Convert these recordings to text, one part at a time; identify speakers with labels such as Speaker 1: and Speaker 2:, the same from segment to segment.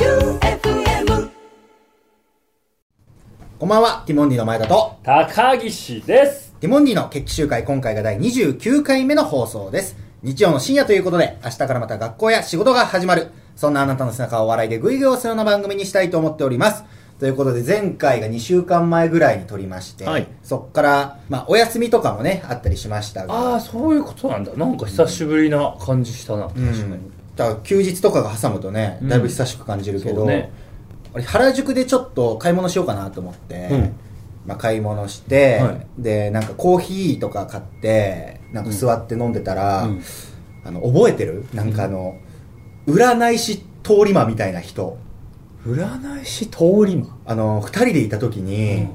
Speaker 1: J-O-E-U-F-M
Speaker 2: こんばんは、ティモンディの前田と、
Speaker 3: 高岸です
Speaker 2: ティモンディの決起集会今回が第29回目の放送です。日曜の深夜ということで、明日からまた学校や仕事が始まる。そんなあなたの背中を笑いでグイグイ押すような番組にしたいと思っております。ということで、前回が2週間前ぐらいに撮りまして、
Speaker 3: はい
Speaker 2: そっから、まあ、お休みとかもね、あったりしました
Speaker 3: あ
Speaker 2: が、
Speaker 3: あそういうことなんだなんか久しぶりな感じしたな、
Speaker 2: うん
Speaker 3: 確かに
Speaker 2: だから休日とかが挟むとね、だいぶ久しく感じるけど、
Speaker 3: そうね
Speaker 2: 俺原宿でちょっと買い物しようかなと思って、
Speaker 3: うん
Speaker 2: まあ、買い物して、
Speaker 3: はい
Speaker 2: でなんかコーヒーとか買ってなんか座って飲んでたら、
Speaker 3: うん
Speaker 2: あの覚えてるなんかあの、占い師通り魔みたいな人
Speaker 3: 占い師通り魔
Speaker 2: あの二人でいた時に、
Speaker 3: うん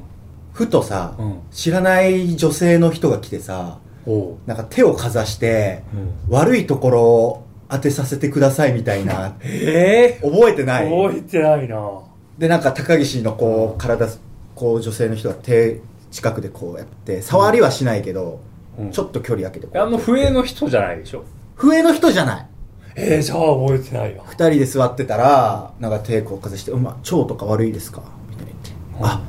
Speaker 2: ふとさ、
Speaker 3: うん
Speaker 2: 知らない女性の人が来てさ
Speaker 3: おう
Speaker 2: なんか手をかざして、
Speaker 3: う
Speaker 2: 悪いところを当てさせてくださいみたいな
Speaker 3: ええ
Speaker 2: 覚えてない
Speaker 3: 覚えてないな
Speaker 2: でなんか高岸のこう体こう女性の人が手近くでこうやって触りはしないけど、
Speaker 3: うん
Speaker 2: ちょっと距離開けてこう
Speaker 3: あんま笛の人じゃないでしょ
Speaker 2: 笛の人じゃない
Speaker 3: ええじゃあ覚えてないわ
Speaker 2: 2人で座ってたらなんか手こうかざして「うんま腸とか悪いですか?」みたいに言って「
Speaker 3: うん
Speaker 2: あ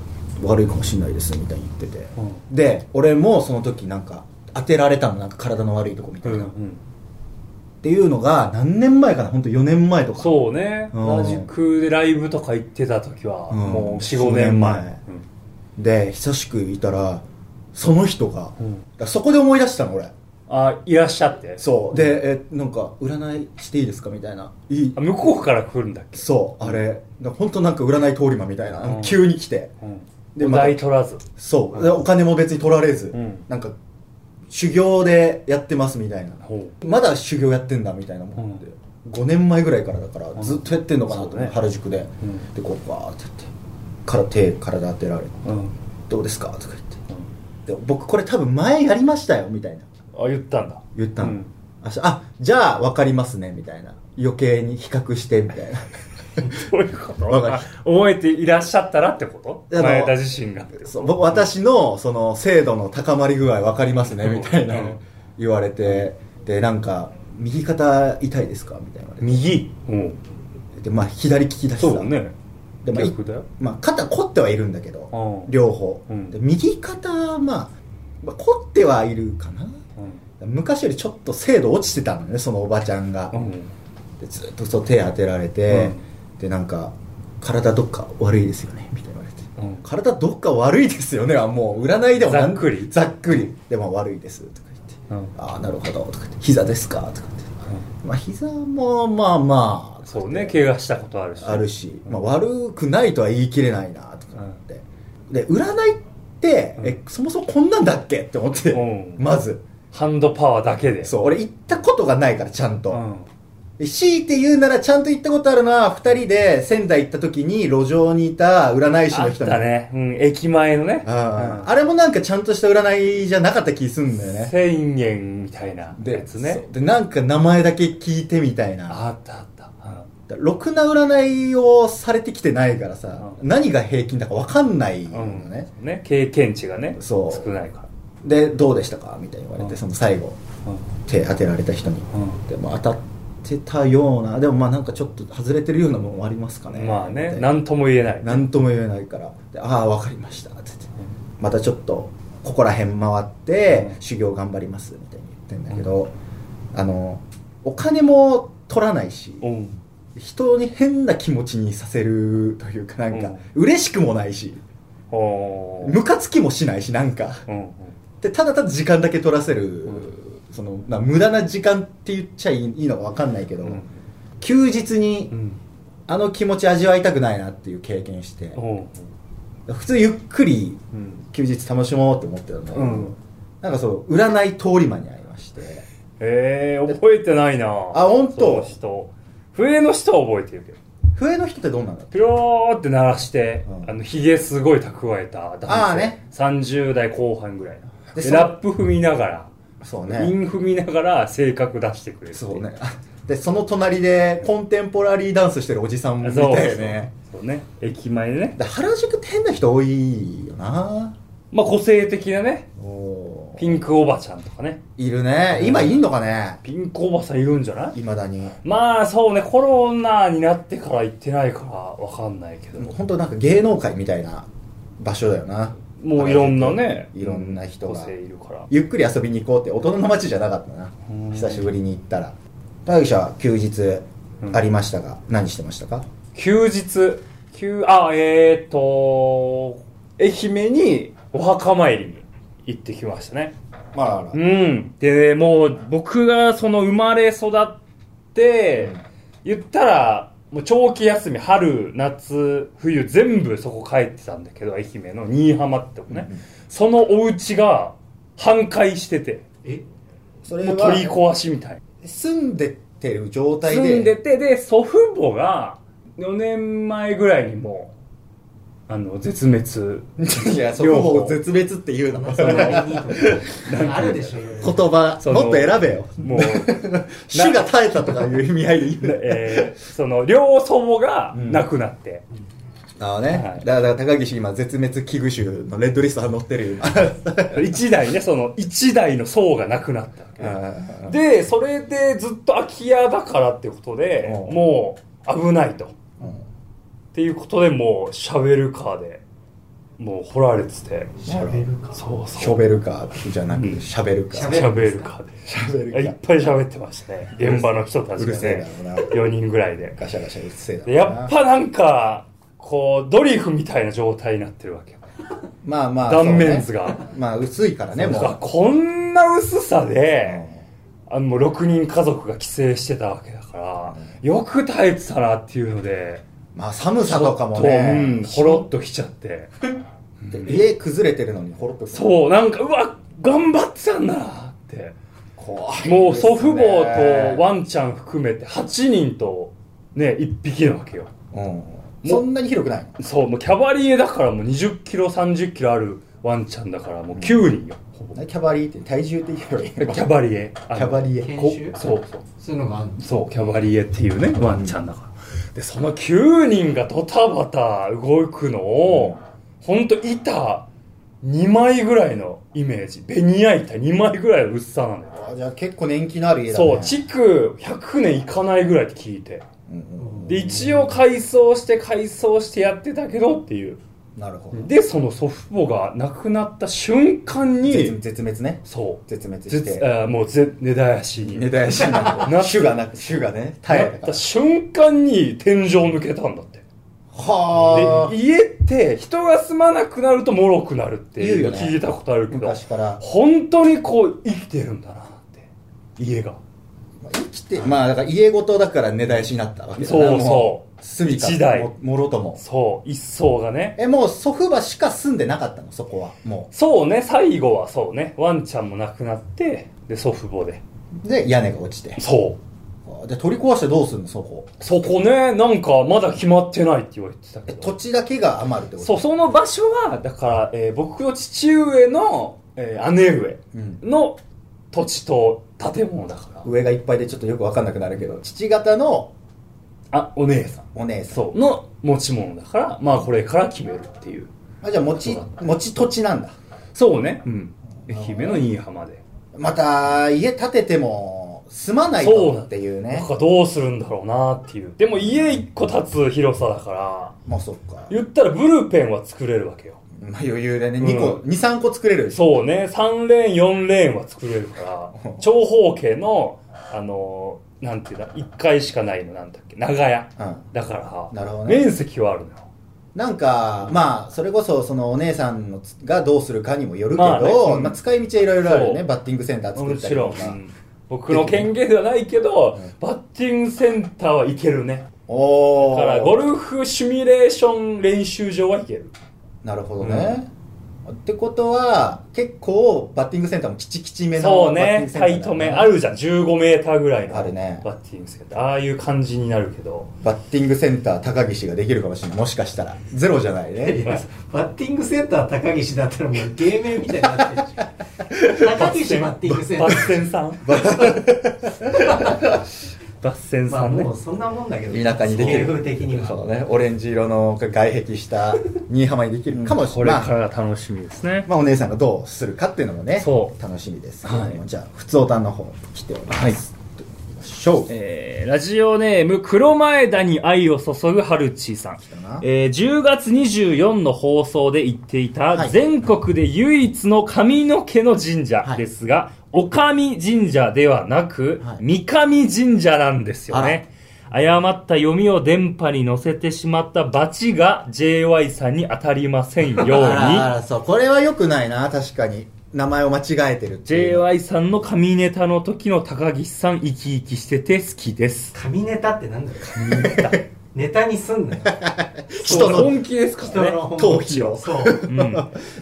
Speaker 2: 悪いかもしれないです」みたいに言ってて、
Speaker 3: う
Speaker 2: で俺もその時なんか当てられたのなんか体の悪いとこみたいな、っ
Speaker 3: ん、
Speaker 2: ていうのが何年前かな本当4年前とか
Speaker 3: そうね
Speaker 2: うん
Speaker 3: 同じくでライブとか行ってた時は、
Speaker 2: うん
Speaker 3: もう45年前
Speaker 2: 四年前で久しくいたらその人が、
Speaker 3: うんうん
Speaker 2: だからそこで思い出したの俺
Speaker 3: あいらっしゃって
Speaker 2: そうで、えなんか占いしていいですかみたいないい
Speaker 3: あ向こうから来るんだっけ、
Speaker 2: そうあれだから本当なんか占い通り魔みたいな、
Speaker 3: うん
Speaker 2: 急に来て
Speaker 3: うん、
Speaker 2: で
Speaker 3: お
Speaker 2: また
Speaker 3: 題取らず
Speaker 2: そう、
Speaker 3: うん
Speaker 2: でお金も別に取られず、
Speaker 3: うん
Speaker 2: なんか修行でやってますみたいな
Speaker 3: ほ
Speaker 2: まだ修行やってんだみたいなもんで、5年前ぐらいからだから
Speaker 3: ん
Speaker 2: ずっとやってんのかなと思って、
Speaker 3: そうね
Speaker 2: 原宿で、
Speaker 3: うん
Speaker 2: でこうバーってやってから手体当てられて
Speaker 3: う、うん、
Speaker 2: 「どうですか?」とか言ってで「僕これ多分前やりましたよ」みたいな
Speaker 3: あ言ったんだ
Speaker 2: 言ったの、
Speaker 3: うん
Speaker 2: あしあじゃあ分かりますねみたいな余計に比較してみたい な
Speaker 3: どういうこと
Speaker 2: わかる
Speaker 3: あ覚えていらっしゃったらってこと
Speaker 2: あの
Speaker 3: 前田自身がってこと
Speaker 2: そう僕私のその精度の高まり具合分かりますねみたいな
Speaker 3: うん
Speaker 2: 言われてでなんか右肩痛いですかみたいな言わ
Speaker 3: 右うん
Speaker 2: れてでまあ左利きだしさ
Speaker 3: そうね
Speaker 2: でまあい
Speaker 3: 逆だよ
Speaker 2: まあ、肩凝ってはいるんだけど
Speaker 3: うん
Speaker 2: 両方、
Speaker 3: うん
Speaker 2: で右肩はまあ、まあ凝ってはいるかな昔よりちょっと精度落ちてたのねそのおばちゃんが、
Speaker 3: うん
Speaker 2: でずっとそう手当てられて、でなんか「体どっか悪いですよね」みたいな言われて
Speaker 3: うん
Speaker 2: 「体どっか悪いですよね」はもう占いでもなん
Speaker 3: ざっくり
Speaker 2: ざっくりでも悪いですとか言って「
Speaker 3: うん
Speaker 2: ああなるほど」とか言って「膝ですか?」とか言って「まあ膝もまあまあ」
Speaker 3: そうね怪我したことあるし
Speaker 2: あるし、まあ、悪くないとは言い切れないなとか思って、で占いって、
Speaker 3: うん
Speaker 2: えそもそもこんなんだっけって思って、
Speaker 3: うん
Speaker 2: まず
Speaker 3: ハンドパワーだけで
Speaker 2: そう俺行ったことがないからちゃんと、
Speaker 3: ん
Speaker 2: で強いて言うならちゃんと行ったことあるのは2人で仙台行った時に路上にいた占い師
Speaker 3: あ
Speaker 2: の
Speaker 3: っ
Speaker 2: 人
Speaker 3: たねうん駅前のね
Speaker 2: うんあれもなんかちゃんとした占いじゃなかった気すんだよね
Speaker 3: 1000円みたいなやつね
Speaker 2: そうでなんか名前だけ聞いてみたいな
Speaker 3: あったあったうん
Speaker 2: ろくな占いをされてきてないからさ、
Speaker 3: う
Speaker 2: 何が平均だか分かんないの
Speaker 3: うん
Speaker 2: ね、
Speaker 3: ね経験値がね
Speaker 2: そう
Speaker 3: 少ないから
Speaker 2: でどうでしたかみたいに言われて、
Speaker 3: うん
Speaker 2: その最後手当てられた人に、
Speaker 3: う
Speaker 2: でも当たってたようなでもまあなんかちょっと外れてるようなもんもありますかね
Speaker 3: まあね
Speaker 2: みたいな
Speaker 3: 何とも言えない
Speaker 2: なんとも言えないからでああ分かりましたって言ってまたちょっとここら辺回って、
Speaker 3: うん
Speaker 2: 修行頑張りますみたいに言ってんだけど、あのお金も取らないし、
Speaker 3: うん
Speaker 2: 人に変な気持ちにさせるというかなんか、嬉しくもないし
Speaker 3: おー
Speaker 2: ムカつきもしないしなんか
Speaker 3: うんうん
Speaker 2: でただただ時間だけ取らせる、そのな無駄な時間って言っちゃいいいいのか分かんないけど、
Speaker 3: うん
Speaker 2: 休日に
Speaker 3: うん
Speaker 2: あの気持ち味わいたくないなっていう経験して、
Speaker 3: うん
Speaker 2: 普通ゆっくり
Speaker 3: うん
Speaker 2: 休日楽しもうと思ってたんだけど、
Speaker 3: うん
Speaker 2: なんかそう占い通り魔に会いまして
Speaker 3: えー、覚えてないな
Speaker 2: あ本当
Speaker 3: その人笛の人は覚えてるけど
Speaker 2: 笛の人ってどんなんだっけ
Speaker 3: ピローって鳴らして、
Speaker 2: うん
Speaker 3: あのひげすごい蓄えた男性
Speaker 2: あーね
Speaker 3: 30代後半ぐらいな
Speaker 2: で
Speaker 3: で
Speaker 2: その
Speaker 3: ラップ踏みなが
Speaker 2: そう
Speaker 3: ら、韻踏みながら性格出してくれるってい
Speaker 2: そうねあでその隣でコンテンポラリーダンスしてるおじさんも
Speaker 3: そう
Speaker 2: いた
Speaker 3: そう
Speaker 2: よね
Speaker 3: そうね駅前でね
Speaker 2: だ原宿って変な人多いよな
Speaker 3: まあ個性的なね
Speaker 2: お
Speaker 3: ピンクおばちゃんとかね。
Speaker 2: いるね。今いんのかね
Speaker 3: ピンクおばさんいるんじゃない
Speaker 2: いまだに。
Speaker 3: まあそうね、コロナになってから行ってないからわかんないけど。
Speaker 2: 本当なんか芸能界みたいな場所だよな。
Speaker 3: もういろんなね。
Speaker 2: いろんな人
Speaker 3: 個
Speaker 2: が。
Speaker 3: 性いるから。
Speaker 2: ゆっくり遊びに行こうって大人の街じゃなかったな
Speaker 3: うん
Speaker 2: 久しぶりに行ったら大樹は休日ありましたが、何してましたか
Speaker 3: 休日、休、あ、えーっと、愛媛にお墓参りに行ってきましたね。
Speaker 2: まあら
Speaker 3: うん。で、もう僕がその生まれ育って、言ったら、もう長期休み、春、夏、冬、全部そこ帰ってたんだけど、愛媛の新居浜ってとこね。
Speaker 2: うん
Speaker 3: そのお家が半壊してて、
Speaker 2: それ
Speaker 3: もう取り
Speaker 2: は
Speaker 3: 壊しみたい。
Speaker 2: 住んでてる状態で
Speaker 3: 住んでて、で、祖父母が4年前ぐらいにもう、あの、絶滅。
Speaker 2: いやそ
Speaker 3: 両
Speaker 2: こ
Speaker 3: 方
Speaker 2: を絶滅っていうの もその
Speaker 4: あるでしょ
Speaker 2: 言葉
Speaker 3: その
Speaker 2: もっと選べよ
Speaker 3: もう、
Speaker 2: 種が耐えたとか いう意味合いで言うな
Speaker 3: えーその、両祖母が亡くなって。
Speaker 2: あのね、
Speaker 3: はい
Speaker 2: だからだから高岸今絶滅危惧種のレッドリストが載ってるよ今
Speaker 3: 一代ね、その一代の層がなくなったわけ
Speaker 2: あー
Speaker 3: で、それでずっと空き家だからってことで、
Speaker 2: うん
Speaker 3: もう危ないと。っ
Speaker 2: うん
Speaker 3: ていうことでもうシャベルカーで、もう掘られてて。
Speaker 4: しゃべるか
Speaker 3: そう
Speaker 2: ショ
Speaker 3: そう。
Speaker 2: ベルカーじゃなく
Speaker 3: うん
Speaker 2: てしゃべるか
Speaker 4: シャ
Speaker 3: シ
Speaker 4: ベ
Speaker 3: ャ
Speaker 4: ル
Speaker 3: ベルカーで。
Speaker 2: 喋るか
Speaker 3: いっぱい喋ってましたね。現場の人たち
Speaker 2: うる
Speaker 3: が
Speaker 2: せえ
Speaker 3: ね。
Speaker 2: だろうな
Speaker 3: 4人ぐらいで。
Speaker 2: ガシャガシャうるせえだろ
Speaker 3: で
Speaker 2: うな
Speaker 3: やっぱなんか、こう、ドリフみたいな状態になってるわけ。
Speaker 2: まあまあ
Speaker 3: 断面図が
Speaker 2: そうねまあ薄いからねも
Speaker 3: うわ
Speaker 2: う
Speaker 3: こんな薄さで、あのもう6人家族が帰省してたわけだから、よく耐えてたなっていうので、
Speaker 2: まあ寒さとかも
Speaker 3: うん、
Speaker 2: ね
Speaker 3: ほろっと来ちゃって。
Speaker 2: 家崩れてるのにほろっと
Speaker 3: そう、なんか、うわ、頑張ってたんだなって。
Speaker 2: 怖いですね
Speaker 3: もう祖父母とワンちゃん含めて8人と、ね、1匹なわけよ。
Speaker 2: うんそんなに広くない
Speaker 3: そう、もうキャバリエだからもう20キロ、30キロあるワンちゃんだからもう9人よ、ほぼ。
Speaker 2: のキャバリーって体重って言えばいい
Speaker 3: キャバリエ。キ
Speaker 2: キャバリエ
Speaker 4: 研
Speaker 3: こ
Speaker 4: 修
Speaker 3: そうそう。
Speaker 4: そういうのがあるの
Speaker 3: そう、キャバリエっていうね、ワンちゃんだから。で、その9人がドタバタ動くのを、ほんと板2枚ぐらいのイメージ。ベニヤ板2枚ぐらいの薄さなのよ。
Speaker 2: あじゃあ結構年季のある家だね
Speaker 3: そう、築100年いかないぐらいって聞いて。
Speaker 2: うんうん
Speaker 3: で、一応改装して改装してやってたけどっていう。
Speaker 2: なるほど
Speaker 3: で、その祖父母が亡くなった瞬間
Speaker 2: 絶
Speaker 3: に、
Speaker 2: 絶滅ね
Speaker 3: そう、
Speaker 2: 絶滅し
Speaker 3: 絶
Speaker 2: て
Speaker 3: あーもうぜ、根絶やしに。
Speaker 2: 根絶やしにな
Speaker 3: な
Speaker 2: る種がなく種がね耐
Speaker 3: な
Speaker 2: え
Speaker 3: っ
Speaker 2: か
Speaker 3: たた
Speaker 2: ら
Speaker 3: 瞬間に天井抜けたんだって。
Speaker 2: はあ
Speaker 3: で家って人が住まなくなると脆くなるっていう
Speaker 2: 言うよ
Speaker 3: の
Speaker 2: ね
Speaker 3: 聞いたことあるけど、
Speaker 2: 昔から
Speaker 3: 本当にこう生きてるんだなって家が
Speaker 2: まあ生きてまあだから家ごとだから根絶やしになったわけだな
Speaker 3: そうそう
Speaker 2: もう住みか
Speaker 3: 一台
Speaker 2: ももろとも
Speaker 3: そう一層がね
Speaker 2: えもう祖父母しか住んでなかったのそこはも
Speaker 3: そうね最後はそうねワンちゃんも亡くなってで祖父母で
Speaker 2: うで屋根が落ちて
Speaker 3: そう
Speaker 2: で取り壊してどうすんのそこ
Speaker 3: そこねなんかまだ決まってないって言われてたけ
Speaker 2: え
Speaker 3: ど
Speaker 2: 土地だけが余るってこと
Speaker 3: そうその場所はだから、えー僕の父上の、えー姉上
Speaker 2: うん
Speaker 3: の土地と建物だから
Speaker 2: 上がいっぱいでちょっとよく分かんなくなるけど父方の
Speaker 3: あお姉さん
Speaker 2: お姉さん
Speaker 3: そうの持ち物だからまあこれから決めるっていう
Speaker 2: あじゃあ持ち持ち土地なんだ
Speaker 3: そうねうん愛媛の新居浜で
Speaker 2: また家建てても住まない
Speaker 3: そう
Speaker 2: と
Speaker 3: なん
Speaker 2: っていう
Speaker 3: な
Speaker 2: ね
Speaker 3: んかどうするんだろうなっていうでも家一個建つ広さだから
Speaker 2: まあそっか、
Speaker 3: 言ったらブルペンは作れるわけよ
Speaker 2: まあ、余裕でね2個、
Speaker 3: う
Speaker 2: 二三23個作れる
Speaker 3: そうね3レーン4レーンは作れるから 長方形のあのーなんていうんだ1階しかないのなんだっけ長屋
Speaker 2: うん
Speaker 3: だから
Speaker 2: なるほどね
Speaker 3: 面積はあるのよ
Speaker 2: なんかまあそれこそそのお姉さんのつがどうするかにもよるけど、
Speaker 3: ま
Speaker 2: ま
Speaker 3: あ
Speaker 2: あ
Speaker 3: ねうん
Speaker 2: 使い道はいろいろあるよ
Speaker 3: そ
Speaker 2: ね
Speaker 3: う
Speaker 2: バッティングセンター作
Speaker 3: も
Speaker 2: った
Speaker 3: ち
Speaker 2: り
Speaker 3: ろ
Speaker 2: と
Speaker 3: ん
Speaker 2: か、
Speaker 3: 僕の権限ではないけ
Speaker 2: う
Speaker 3: ど、
Speaker 2: ん
Speaker 3: バッティングセンターはいけるね
Speaker 2: おお
Speaker 3: だからゴルフシミュレーション練習場はいける
Speaker 2: なるほどね、ってことは結構バッティングセンターもきちきちめの
Speaker 3: そ
Speaker 2: バッ
Speaker 3: う
Speaker 2: ティン
Speaker 3: ね
Speaker 2: グセンタ
Speaker 3: タ
Speaker 2: ー
Speaker 3: イ
Speaker 2: だ
Speaker 3: ト
Speaker 2: ね
Speaker 3: めあるじゃん15メーターぐらいの
Speaker 2: あるね
Speaker 3: バッティングセンターああいう感じになるけど
Speaker 2: バッティングセンター高岸ができるかもしれないもしかしたらゼロじゃない
Speaker 4: い
Speaker 2: ね
Speaker 4: やバッティングセンター高岸だったらもう芸名みたいにな ってるじゃん高岸バッティングセンタ
Speaker 3: バ
Speaker 4: ー
Speaker 3: ッテンさんバ脱線
Speaker 4: ま
Speaker 3: さ
Speaker 4: あ
Speaker 3: んね
Speaker 4: もうそんなもんだけど
Speaker 2: 田舎にできる
Speaker 4: 芸風的には
Speaker 2: そうねオレンジ色の外壁した新居浜にできるかもし
Speaker 3: こ
Speaker 2: れ
Speaker 3: れ
Speaker 2: ない、
Speaker 3: からが楽しみですね、
Speaker 2: まあ、お姉さんがどうするかっていうのもね
Speaker 3: そう
Speaker 2: 楽しみです、
Speaker 3: はい
Speaker 2: じゃあ普通おたんの方来ております、
Speaker 3: はい
Speaker 2: 行ってみましょう、
Speaker 3: えーラジオネーム黒前田に愛を注ぐハルチーさん
Speaker 2: 来たな
Speaker 3: えー10月24の放送で言ってい
Speaker 2: は
Speaker 3: た
Speaker 2: い
Speaker 3: 全国で唯一の髪の毛の神社ですが、おかみ神社ではなく、
Speaker 2: はい
Speaker 3: 三上神社なんですよね誤った読みを電波に乗せてしまった罰が JY さんに当たりませんように
Speaker 2: あらあらそうこれは良くないな確かに名前を間違えてるっていう
Speaker 3: JY さんの神ネタの時の高岸さん生き生きしてて好きです
Speaker 4: 神ネタってなんだよネタにすんなよ
Speaker 2: 人の
Speaker 3: 本気ですか
Speaker 4: 人
Speaker 3: らね
Speaker 4: の本
Speaker 2: 頭皮を
Speaker 4: そう
Speaker 3: うん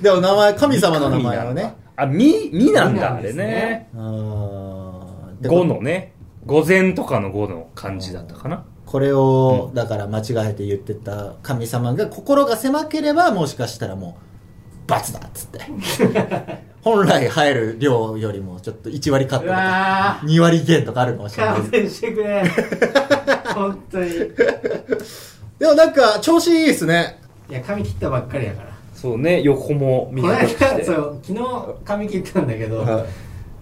Speaker 2: でも名前神様の名前をね
Speaker 3: あみみなんだ
Speaker 4: みなん
Speaker 3: あ
Speaker 4: で
Speaker 3: れ
Speaker 4: すね
Speaker 3: ね
Speaker 2: うーんで
Speaker 3: 五のね午前とかの五の感じだったかな
Speaker 2: これをだから間違えて言ってた神様が心が狭ければもしかしたらもう罰だっつって本来入る量よりもちょっと1割カット
Speaker 4: う
Speaker 2: とか
Speaker 4: わ
Speaker 2: 2割減とかあるかもし
Speaker 4: ー
Speaker 2: れない
Speaker 4: 勘弁してくれ本当にい
Speaker 2: でもなんか調子いいですね
Speaker 4: や髪切ったばっかりやから
Speaker 3: そうね横も
Speaker 4: この
Speaker 3: 短くして
Speaker 4: 間そう昨日髪切ったんだけど、
Speaker 2: は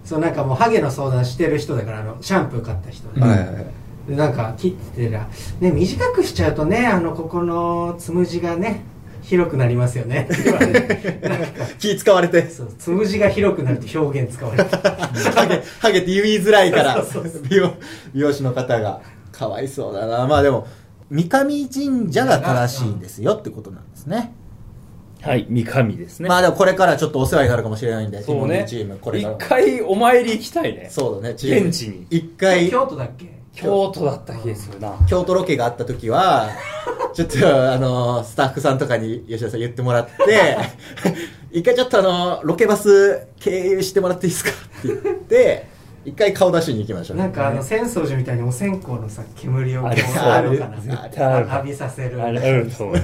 Speaker 4: そうなんかもうハゲの相談してる人だからあのシャンプー買った人、
Speaker 2: いはいはい
Speaker 4: でなんか切ってたら、ね、短くしちゃうとねあのここのつむじがね広くなりますよねって言われてなんか
Speaker 2: 気使われて
Speaker 4: そうつむじが広くなるって表現使われて
Speaker 2: ハゲ、ハゲって言いづらいから
Speaker 4: そうそうそ、
Speaker 2: 美容、美容師の方が、かわいそうだな。まあでも、三上神社が正しいんですよってことなんですね。
Speaker 3: はい三上ですね
Speaker 2: まあでもこれからちょっとお世話になるかもしれないんで、
Speaker 3: そう
Speaker 2: 日本
Speaker 3: ね
Speaker 2: のチーム、これか
Speaker 3: 一
Speaker 2: ら。
Speaker 3: 回お参り行きたいね
Speaker 2: そうだね、チーム
Speaker 3: 現地に
Speaker 2: 一回、
Speaker 4: 京都だっけ
Speaker 3: 京都だった気がするな
Speaker 2: 京都ロケがあった時は、 ちょっと、あのースタッフさんとかに吉田さん言ってもらって、 一回ちょっとあのーロケバス経由してもらっていいですかって言って、一回顔出しに行きましょう。
Speaker 4: なんかあの浅草寺みたいにお線香のさ煙をこう
Speaker 3: あれそう
Speaker 4: あるのか
Speaker 3: 絶
Speaker 4: な
Speaker 3: 対ある
Speaker 4: 浴びさせる
Speaker 3: あれあると思う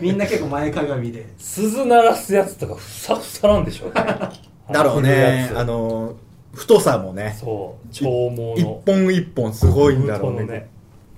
Speaker 4: みんな結構前かがみで
Speaker 3: 鈴鳴らすやつとかふさふさなんでしょうね
Speaker 2: だろうね
Speaker 3: あのや。つ
Speaker 2: あの、太さもね。
Speaker 3: そう長毛
Speaker 2: 一
Speaker 3: の
Speaker 2: 本一本すごいんだろう
Speaker 3: 本当の
Speaker 2: ね。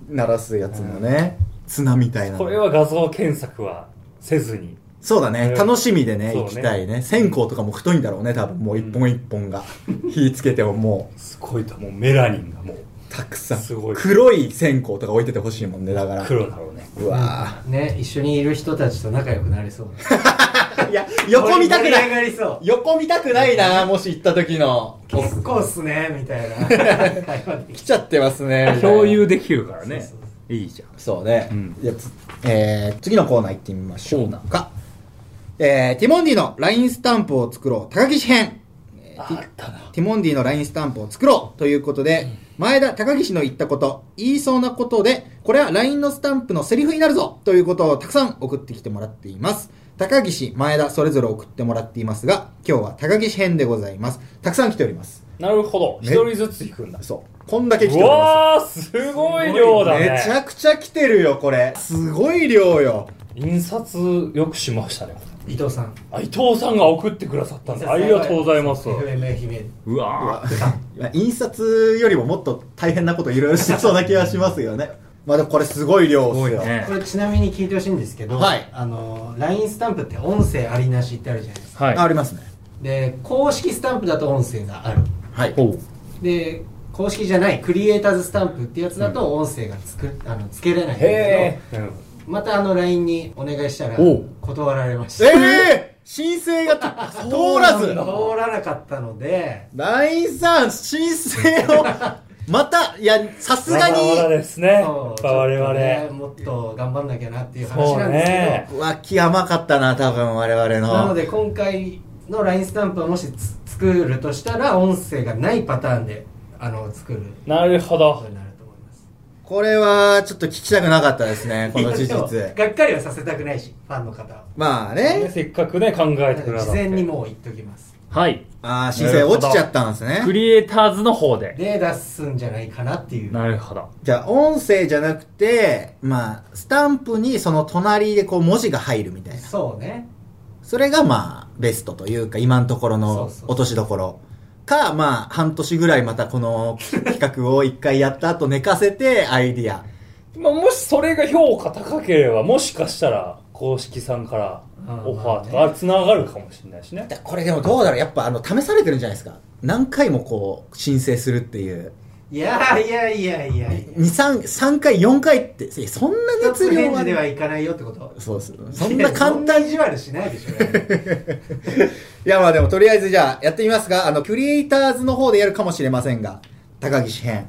Speaker 2: 鳴らすやつもね。綱みたいなの。
Speaker 3: これは画像検索はせずに
Speaker 2: そうだね。
Speaker 3: うん
Speaker 2: 楽しみでね、
Speaker 3: そう
Speaker 2: 行
Speaker 3: ね
Speaker 2: きたいね。線香とかも太いんだろうね、多分。もう一本一本が。火つけてもも
Speaker 3: すごいともうメラニンがもう
Speaker 2: う、たくさん。
Speaker 3: すごい
Speaker 2: 黒い線香とか置いててほしいもんね、だから。
Speaker 3: 黒だろうね
Speaker 2: うわ
Speaker 4: ね一緒にいる人たちと仲良くなれそう
Speaker 2: ぁ。いや、横見たくな
Speaker 4: 盛り上が
Speaker 2: い。
Speaker 4: りそう
Speaker 2: 横見たくないな、もし行った時の。
Speaker 4: 結構っすねみたいな会話でき
Speaker 2: 来ちゃってますね。みたいな
Speaker 3: 共有できるからね
Speaker 4: そうそう
Speaker 3: いいじゃん
Speaker 2: そうね。
Speaker 3: うん
Speaker 2: じゃあつえー次のコーナー行ってみましょ
Speaker 3: コ
Speaker 2: う
Speaker 3: ーナー
Speaker 2: か。えーティモンディの LINE スタンプを作ろう。高岸編。えーティ
Speaker 3: あったな
Speaker 2: ティモンディの LINE スタンプを作ろうということで、前田高岸の言ったこと、言いそうなことで、これは LINE のスタンプのセリフになるぞということをたくさん送ってきてもらっています。高岸、前田、それぞれ送ってもらっていますが、今日は高岸編でございます。たくさん来ております。
Speaker 3: なるほど
Speaker 2: ね
Speaker 3: 一人ずつ行くんだ
Speaker 2: そう。こんだけ来ており
Speaker 3: う
Speaker 2: ます。
Speaker 3: わーすごい量だ
Speaker 2: めち
Speaker 3: ね
Speaker 2: ゃくちゃ来てるよ、これ。すごい量よ。
Speaker 3: 印刷よくしましたね
Speaker 4: 伊藤さん
Speaker 3: あ伊藤さんが送ってくださったんでありがとうございます
Speaker 4: FM 愛媛
Speaker 3: うわー
Speaker 2: いや印刷よりももっと大変なこといろいろしてそうな気がしますよね。 まあでもこれすごい量っすよ。
Speaker 4: これちなみに聞いてほしいんですけど、
Speaker 2: はい
Speaker 4: あの LINE スタンプって音声ありなしってあるじゃないですか
Speaker 3: はい
Speaker 2: あありますね。
Speaker 4: で公式スタンプだと音声がある
Speaker 2: はい。
Speaker 3: ほう
Speaker 4: で公式じゃないクリエイターズスタンプってやつだと音声がつく、あのつけれないんだ
Speaker 3: へ
Speaker 4: け
Speaker 3: え
Speaker 4: どまたあの LINE にお願いしたら
Speaker 3: おう
Speaker 4: 断られました
Speaker 2: ええ申請がた通らず
Speaker 4: 通らなかったので
Speaker 2: !LINE さん、申請を、また、いや、さすがに、
Speaker 3: まだまだですねや
Speaker 4: そう
Speaker 3: っぱ我々、
Speaker 4: ちょっとねもっと頑張んなきゃなっていう話なんですけど、
Speaker 3: そうね
Speaker 2: 脇甘かったな、多分我々の。
Speaker 4: なので今回の LINE スタンプはもしつ作るとしたら音声がないパターンであの作る
Speaker 3: なるほ
Speaker 4: こと
Speaker 3: ど
Speaker 4: になると思います
Speaker 2: これは、ちょっと聞きたくなかったですね、この事
Speaker 4: でも
Speaker 2: 実。
Speaker 4: がっかりはさせたくないしファンの方は
Speaker 2: まあ
Speaker 3: ね
Speaker 2: ね、
Speaker 3: せっかくね考えてくだ
Speaker 4: 事
Speaker 3: さって
Speaker 4: 前にもう言っときます
Speaker 3: はい
Speaker 2: あー申請落ちちゃったんですね。
Speaker 3: クリエイターズの方で
Speaker 4: で出すんじゃないかなっていう
Speaker 3: なるほど
Speaker 2: じゃあ音声じゃなくて、まあ、スタンプにその隣でこう文字が入るみたいな。
Speaker 4: そうね
Speaker 2: それがまあ、ベストというか、今のところの
Speaker 4: そうそう
Speaker 2: 落としどころ。か、まあ、半年ぐらいまたこの企画を一回やった後寝かせて、アイディア。
Speaker 3: まあ、もしそれが評価高ければもしかしたら公式さんからオファーとかつながるかもしれないしね
Speaker 2: だこれでもどうだろうやっぱ、あの、試されてるんじゃないですか。何回もこう、申請するっていう。
Speaker 4: いやいやいやいやい
Speaker 2: 2、3、3回、4回って、えそんな
Speaker 4: や。
Speaker 2: 熱
Speaker 4: 熱
Speaker 2: 量
Speaker 4: 量
Speaker 2: は
Speaker 4: ではいかないよってこと
Speaker 2: そうです。そんな簡
Speaker 4: いやそんな
Speaker 2: 単
Speaker 4: 意地悪しないでしょ。
Speaker 2: いやまあでもとりあえずじゃあやってみますが、あの、クリエイターズの方でやるかもしれませんが、高岸編、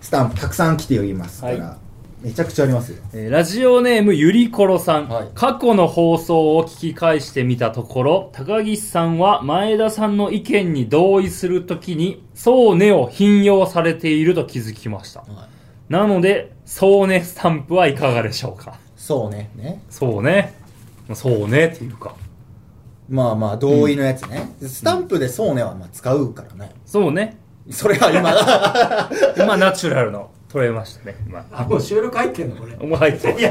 Speaker 2: スタンプたくさん来ておりますから、
Speaker 3: は
Speaker 2: めちゃくちゃありますよ。
Speaker 3: えーラジオネームゆりころさん、
Speaker 2: はい
Speaker 3: 過去の放送を聞き返してみたところ高岸さんは前田さんの意見に同意するときに「そうね」を引用されていると気づきましたなので「そうね」スタンプはいかがでしょうか
Speaker 2: そうね。ね。
Speaker 3: そうねそうねっていうか
Speaker 2: まあまあ同意のやつね。スタンプでそうねはまあ使うからね。
Speaker 3: そうね
Speaker 2: それは今、
Speaker 3: 今ナチュラルの取れましたね今
Speaker 4: あ、もう収録入ってんのこれ。
Speaker 3: もう入って
Speaker 4: いや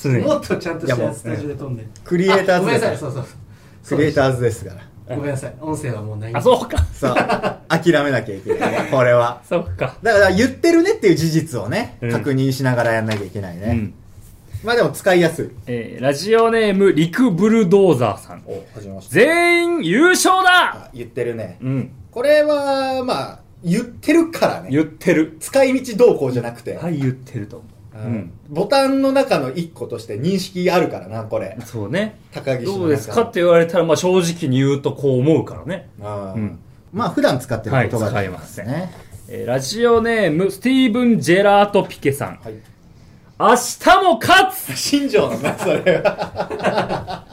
Speaker 3: 常に
Speaker 4: もっとちゃんとしたスタジオで飛んで。
Speaker 2: クリエイターズ
Speaker 4: あごめんなさい、
Speaker 2: だか
Speaker 4: そ
Speaker 2: ら
Speaker 4: うそう。
Speaker 2: クリエイターズですから。
Speaker 4: ごめんなさい、音声はもうない。
Speaker 3: あそうか
Speaker 2: さあ、諦めなきゃいけないね、これは。
Speaker 3: そうか
Speaker 2: だから言ってるねっていう事実をね、
Speaker 3: うん
Speaker 2: 確認しながらやんなきゃいけないね。
Speaker 3: うん
Speaker 2: まあでも使いやすい。
Speaker 3: えーラジオネームリクブルドーザーさん
Speaker 2: お、始めまし。
Speaker 3: 全員優勝だ
Speaker 2: あ言ってるね。
Speaker 3: うん
Speaker 2: これは、まあ、言ってるからね。
Speaker 3: 言ってる
Speaker 2: 使い道どうこうじゃなくて、
Speaker 3: はい言ってると思う
Speaker 2: あのボタンの中の一個として認識あるからな、これ
Speaker 3: うん。そうね
Speaker 2: 高岸の中
Speaker 3: どうですかって言われたらまあ正直に言うとこう思うからね
Speaker 2: あー
Speaker 3: うん
Speaker 2: まあ、普段使ってる言葉
Speaker 3: はい使い
Speaker 2: で
Speaker 3: ます
Speaker 2: ね。
Speaker 3: えーラジオネームスティーブン・ジェラート・ピケさん
Speaker 2: はい。
Speaker 3: 明日も勝つ
Speaker 2: 新庄のな、それは。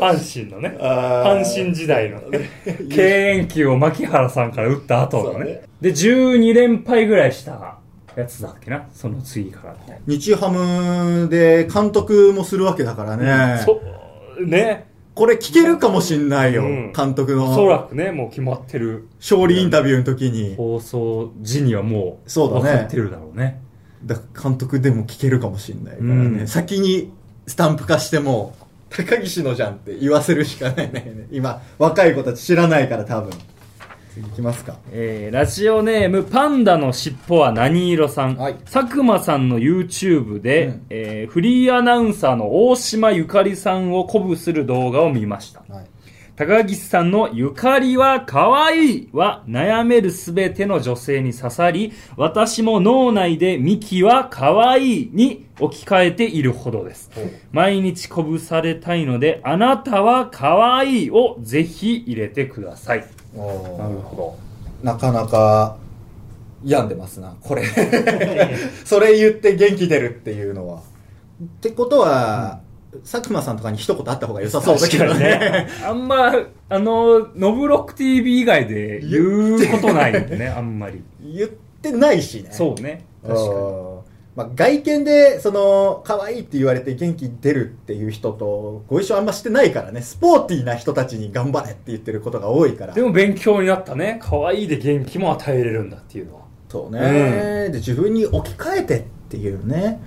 Speaker 3: 阪神のね
Speaker 2: あー
Speaker 3: 阪神時代の 敬遠球を牧原さんから打った後の
Speaker 2: そう
Speaker 3: ね
Speaker 2: ね
Speaker 3: で12連敗ぐらいしたやつだっけなその次からみたいな
Speaker 2: 日ハムで監督もするわけだからね。
Speaker 3: そうね
Speaker 2: これ聞けるかもしんないよ。
Speaker 3: うん
Speaker 2: 監督
Speaker 3: おそら
Speaker 2: の
Speaker 3: くねもう決まってる
Speaker 2: 勝利インタビューの時に。
Speaker 3: 放送時にはもう
Speaker 2: そうだね
Speaker 3: 分かってるだろうね
Speaker 2: だ監督でも聞けるかもしれないからね、
Speaker 3: うん
Speaker 2: 先にスタンプ化しても高岸のじゃんって言わせるしかないね今若い子たち知らないから多分次いきますか
Speaker 3: えーラジオネームパンダの尻尾は何色さん、
Speaker 2: はい
Speaker 3: 佐久間さんの YouTube で、
Speaker 2: うん
Speaker 3: えーフリーアナウンサーの大島ゆかりさんを鼓舞する動画を見ました
Speaker 2: はい
Speaker 3: 高岸さんの「ゆかりは可愛いは悩めるすべての女性に刺さり私も脳内で「ミキは可愛いに置き換えているほどです毎日こぶされたいので「あなたは可愛いをぜひ入れてください
Speaker 2: おー
Speaker 3: なるほ
Speaker 2: なかなか病んでますな これ
Speaker 4: やいや
Speaker 2: それ言って元気出るっていうのはってことは、佐久間さんとかに一言あった方が良さそうだけどね
Speaker 3: あんまあの「ノブロック TV」以外で言うことないんで ねあんまり
Speaker 2: 言ってないしね
Speaker 3: そうね確かに
Speaker 2: うんまあ、外見でその可愛いって言われて元気出るっていう人とご一緒あんましてないからねスポーティーな人たちに頑張れって言ってることが多いから
Speaker 3: でも勉強になったね可愛いで元気も与えれるんだっていうのは
Speaker 2: そうね、で自分に置き換えてっていうね、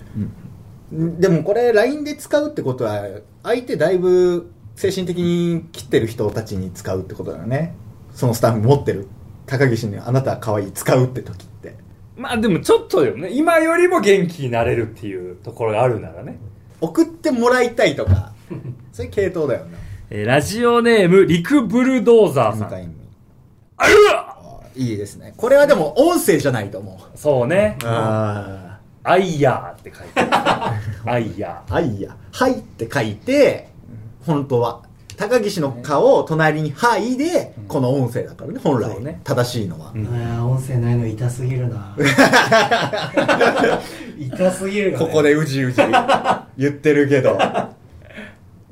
Speaker 2: でもこれ LINE で使うってことは相手だいぶ精神的に切ってる人たちに使うってことだよねそのスタンプ持ってる高岸に「あなたは可愛い使う」って時って
Speaker 3: まあでもちょっとよね今よりも元気になれるっていうところがあるならね
Speaker 2: 送ってもらいたいと かそういう系統だよね
Speaker 3: えーラジオネームリクブルドーザーさ
Speaker 2: み
Speaker 3: ん
Speaker 2: たいに
Speaker 3: あるわ
Speaker 2: あーいいですね。これはでも音声じゃないと思う。
Speaker 3: そうね
Speaker 2: あ
Speaker 3: アイヤーって書いてあ る。アイヤ
Speaker 2: あ。はいや。はいって書いて、本当は。高岸の顔を隣にはいで、この音声だからね、本
Speaker 3: そ
Speaker 2: 来
Speaker 3: うね。
Speaker 2: 正しいのは
Speaker 3: う。ん
Speaker 4: ああ、音声ないの痛すぎ るな。痛すぎるよ、ね。
Speaker 2: ここでうじう じ言ってるけど。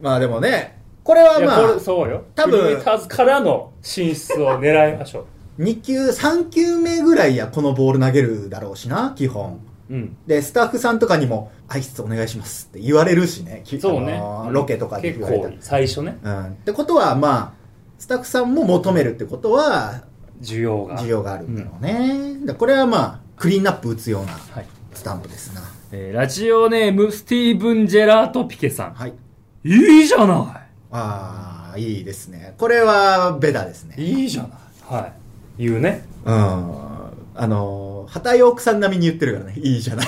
Speaker 2: まあでもね、これは
Speaker 3: ー。いや、
Speaker 2: ま
Speaker 3: こ
Speaker 2: あ
Speaker 3: れ、、そうよ。
Speaker 2: 多分
Speaker 3: フリーターズからの進出を狙いましょ
Speaker 2: 2球、3球目ぐらいやこのボール投げるだろうしな、基本。
Speaker 3: う。うん。
Speaker 2: で、スタッフさんとかにも、挨拶お願いしますって言われるしね。き
Speaker 3: そうね
Speaker 2: あのー。ロケとかで
Speaker 3: 結
Speaker 2: 言われた
Speaker 3: 構
Speaker 2: り、
Speaker 3: 最初ね、
Speaker 2: うんってことはまあスタッフさんも求めるってことは
Speaker 3: 需要が。
Speaker 2: 需要があるんだろうね、だからこれはまあクリーンナップ打つような
Speaker 3: はい。
Speaker 2: スタンプですな
Speaker 3: えーラジオネーム、スティーブン・ジェラート・ピケさん。
Speaker 2: はい
Speaker 3: いいじゃな
Speaker 2: ああいいですねこれはベタです
Speaker 3: い
Speaker 2: ね
Speaker 3: いいじゃない。はい言うね
Speaker 5: うんあの畑洋さん並みに言ってるからねいいじゃ ない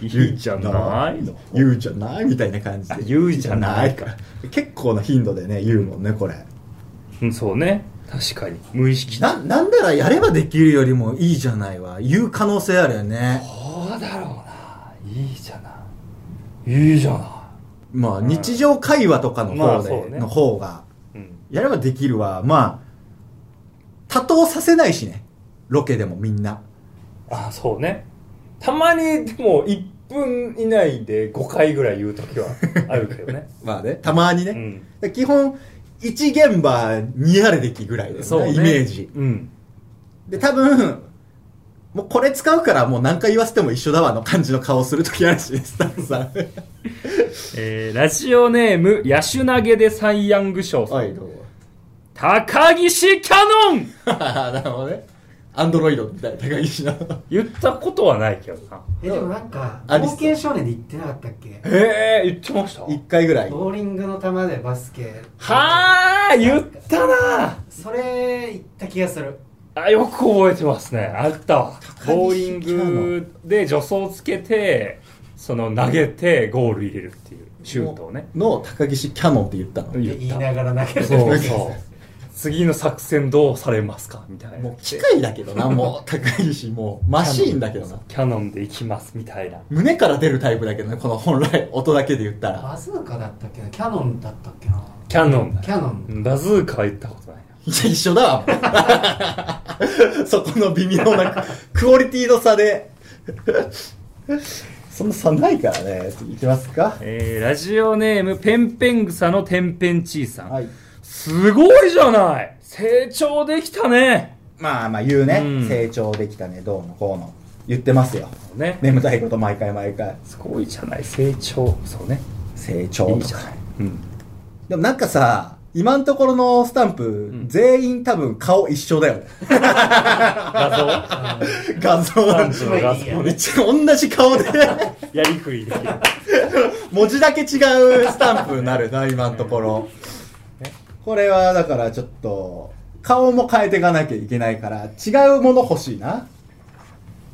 Speaker 3: いいじゃないの
Speaker 5: 言うじゃないみたいな感じで
Speaker 3: あ言うじゃないか
Speaker 5: 結構な頻度でね言うもんねこれ
Speaker 3: うんそうね確かに無意識
Speaker 2: な、なんならやればできるよりもいいじゃないわ。言う可能性あるよね。
Speaker 3: そうだろうないいじゃないいいじゃな
Speaker 2: まあ、日常会話とかの
Speaker 3: まあ
Speaker 2: 方
Speaker 3: そうね
Speaker 2: で、の方が。
Speaker 3: い、うん、
Speaker 2: やればできるわ。まあ、多頭させないしね。ロケでもみんな。
Speaker 3: あそうねたまにでも1分以内で5回ぐらい言う時はあるけど ね
Speaker 2: まあね、たまにね。
Speaker 3: うん
Speaker 2: で基本、1現場2やるべきぐらいですね、イメージ。
Speaker 3: うん
Speaker 2: で、多分、もうこれ使うからもう何回言わせても一緒だわの感じの顔するときある しね、スタッフさん。
Speaker 3: えーラジオネームヤシュナゲでサイ・ヤング賞さん、
Speaker 2: はい、どうも。
Speaker 3: 高岸キャノン
Speaker 2: あ あ、なるほどね。アンドロイドみたいな高岸の。
Speaker 3: 言ったことはないけどな
Speaker 4: えでもなんか
Speaker 2: アリ
Speaker 4: 冒
Speaker 2: スト
Speaker 4: 険少年で言ってなかったっけ
Speaker 3: ええ言ってました
Speaker 2: 一回ぐらい。
Speaker 4: ボーリングの球でバスケ
Speaker 3: はあ言ったな
Speaker 4: それ言った気がする
Speaker 3: あよく覚えてますねあったわ
Speaker 2: 高
Speaker 3: ボーリ
Speaker 2: 岸
Speaker 3: ン
Speaker 2: キャノン
Speaker 3: グで助走をつけてその投げてゴール入れるっていうシュートをね
Speaker 2: の高岸キャノンって言ったの。
Speaker 4: 言いながら投げる
Speaker 3: そうそう次の作戦どうされますかみたいな
Speaker 2: もう機械だけどな、もう高岸もうマシーンだけどな。
Speaker 3: キャノンでいきますみたいな
Speaker 2: 胸から出るタイプだけどね、この本来、音だけで言ったら。
Speaker 4: バズーカだったっけなキャノンだったっけな
Speaker 3: キャノンだ
Speaker 4: キャノン
Speaker 3: バズーカは言ったことないない
Speaker 2: や、一緒だわ。そこの微妙なクオリティの差で。そんな差ないからね。いきますか。
Speaker 3: えーラジオネームペンペン草のてんぺんちいさん、
Speaker 2: はい。
Speaker 3: すごいじゃない成長できたね
Speaker 5: まあまあ言うね、
Speaker 3: うん
Speaker 5: 成長できたねどうのこうの言ってますよ
Speaker 3: ね
Speaker 5: 眠たいこと毎回毎回
Speaker 3: すごいじゃない成長そ うね
Speaker 5: 成長とか
Speaker 3: いいじゃないうん
Speaker 2: でもなんかさ、今のところのスタンプ、
Speaker 3: ん
Speaker 2: 全員多分顔一緒だよね。
Speaker 3: 画
Speaker 2: 画像
Speaker 3: 像
Speaker 2: な
Speaker 3: パ
Speaker 2: ん
Speaker 3: ン
Speaker 2: て
Speaker 3: チの画像
Speaker 2: 一応同じ顔で
Speaker 3: やりくりできる
Speaker 2: 文字だけ違うスタンプになるな今のところこれはだからちょっと顔も変えていかなきゃいけないから違うもの欲しいな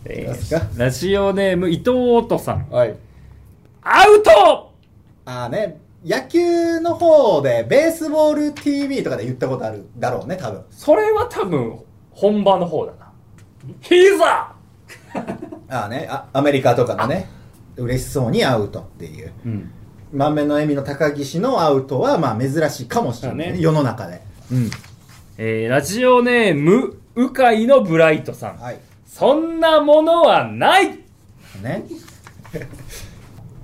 Speaker 3: え
Speaker 2: どうですか
Speaker 3: ーラジオネーム伊藤音さん
Speaker 2: はい
Speaker 3: アウト
Speaker 2: ああね野球の方でベースボール TV とかで言ったことあるだろうね多分
Speaker 3: それは多分本場の方だな膝
Speaker 2: ああねあアメリカとかのね嬉しそうにアウトっていう
Speaker 3: うん
Speaker 2: 満面の笑みの高岸のアウトはまあ珍しいかもしれない、
Speaker 3: だ
Speaker 2: ね、
Speaker 3: ね
Speaker 2: 世の中でうん
Speaker 3: えーラジオネーム鵜飼のブライトさん
Speaker 2: はい
Speaker 3: そんなものはない
Speaker 2: ね。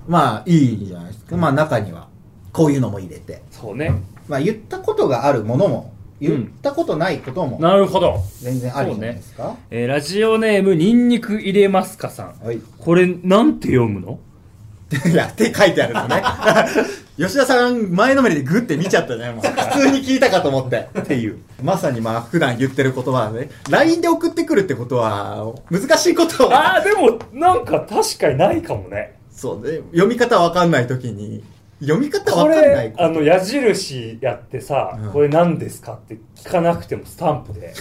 Speaker 2: まあ、いいじゃないですか。まあ、中には、こういうのも入れて。
Speaker 3: そうね
Speaker 2: まあ、言ったことがあるものも、
Speaker 3: うん
Speaker 2: 言ったことないことも、
Speaker 3: なるほど
Speaker 2: 全然ありじゃないですか。
Speaker 3: えーラジオネームニンニク入れますかさん
Speaker 2: はい。
Speaker 3: これなんて読むの
Speaker 2: い や、って書いてあるのね。 吉田さん、前のめりでグッて見ちゃったね。もう 普通に聞いたかと思って。っていう。まさにまあ、普段言ってる言葉ね。LINE で送ってくるってことは、難しいことを。
Speaker 3: ああでもなんか確かにないかもね
Speaker 2: そうね。読み方わかんないときに、読み方わ
Speaker 3: こ
Speaker 2: かんない
Speaker 3: れ
Speaker 2: こと
Speaker 3: あの矢印やってさ、
Speaker 2: うん
Speaker 3: これ何ですかって聞かなくてもスタンプ で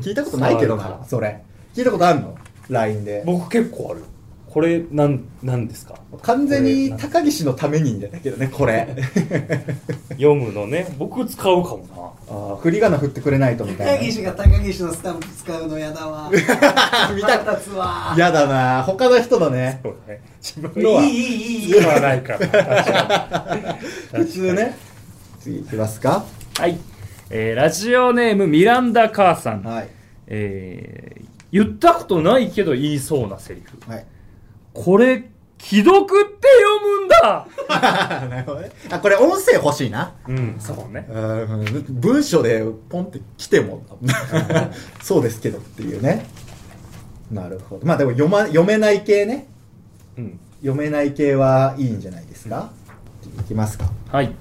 Speaker 2: 聞いたことないけど
Speaker 3: そうなん
Speaker 2: な、
Speaker 3: だ
Speaker 2: それ。聞いたことあるの ?LINE で。
Speaker 3: 僕結構あるこれなん何ですか
Speaker 2: 完全に高岸のためにだけどね、こ れ。
Speaker 3: 読むのね僕使うかも
Speaker 2: ああ、振り仮名振ってくれないとみた
Speaker 4: 高
Speaker 2: い
Speaker 4: 岸が高岸のスタンプ使うのやだ
Speaker 2: な。
Speaker 4: わ
Speaker 2: 見た
Speaker 4: 腹立つわ
Speaker 2: い。やだな他の人のね。
Speaker 3: な、ね、自分
Speaker 4: いい
Speaker 2: のはい
Speaker 4: いい いいい
Speaker 3: ではないから
Speaker 2: 普通ね。次行きますか
Speaker 3: はい、えーラジオネームミランダ母さん、
Speaker 2: はい。
Speaker 3: えー言ったことないけど言いそうなセリフ
Speaker 2: はい。
Speaker 3: これ既読って読むんだ
Speaker 2: なるほどね。あ、これ音声欲しいな。
Speaker 3: うんそうね
Speaker 2: うん、文章でポンって来ても、 そうですけどっていうね。なるほど。まあでも読ま、読めない系ね。
Speaker 3: うん
Speaker 2: 読めない系はいいんじゃないですか、いきますか
Speaker 3: はい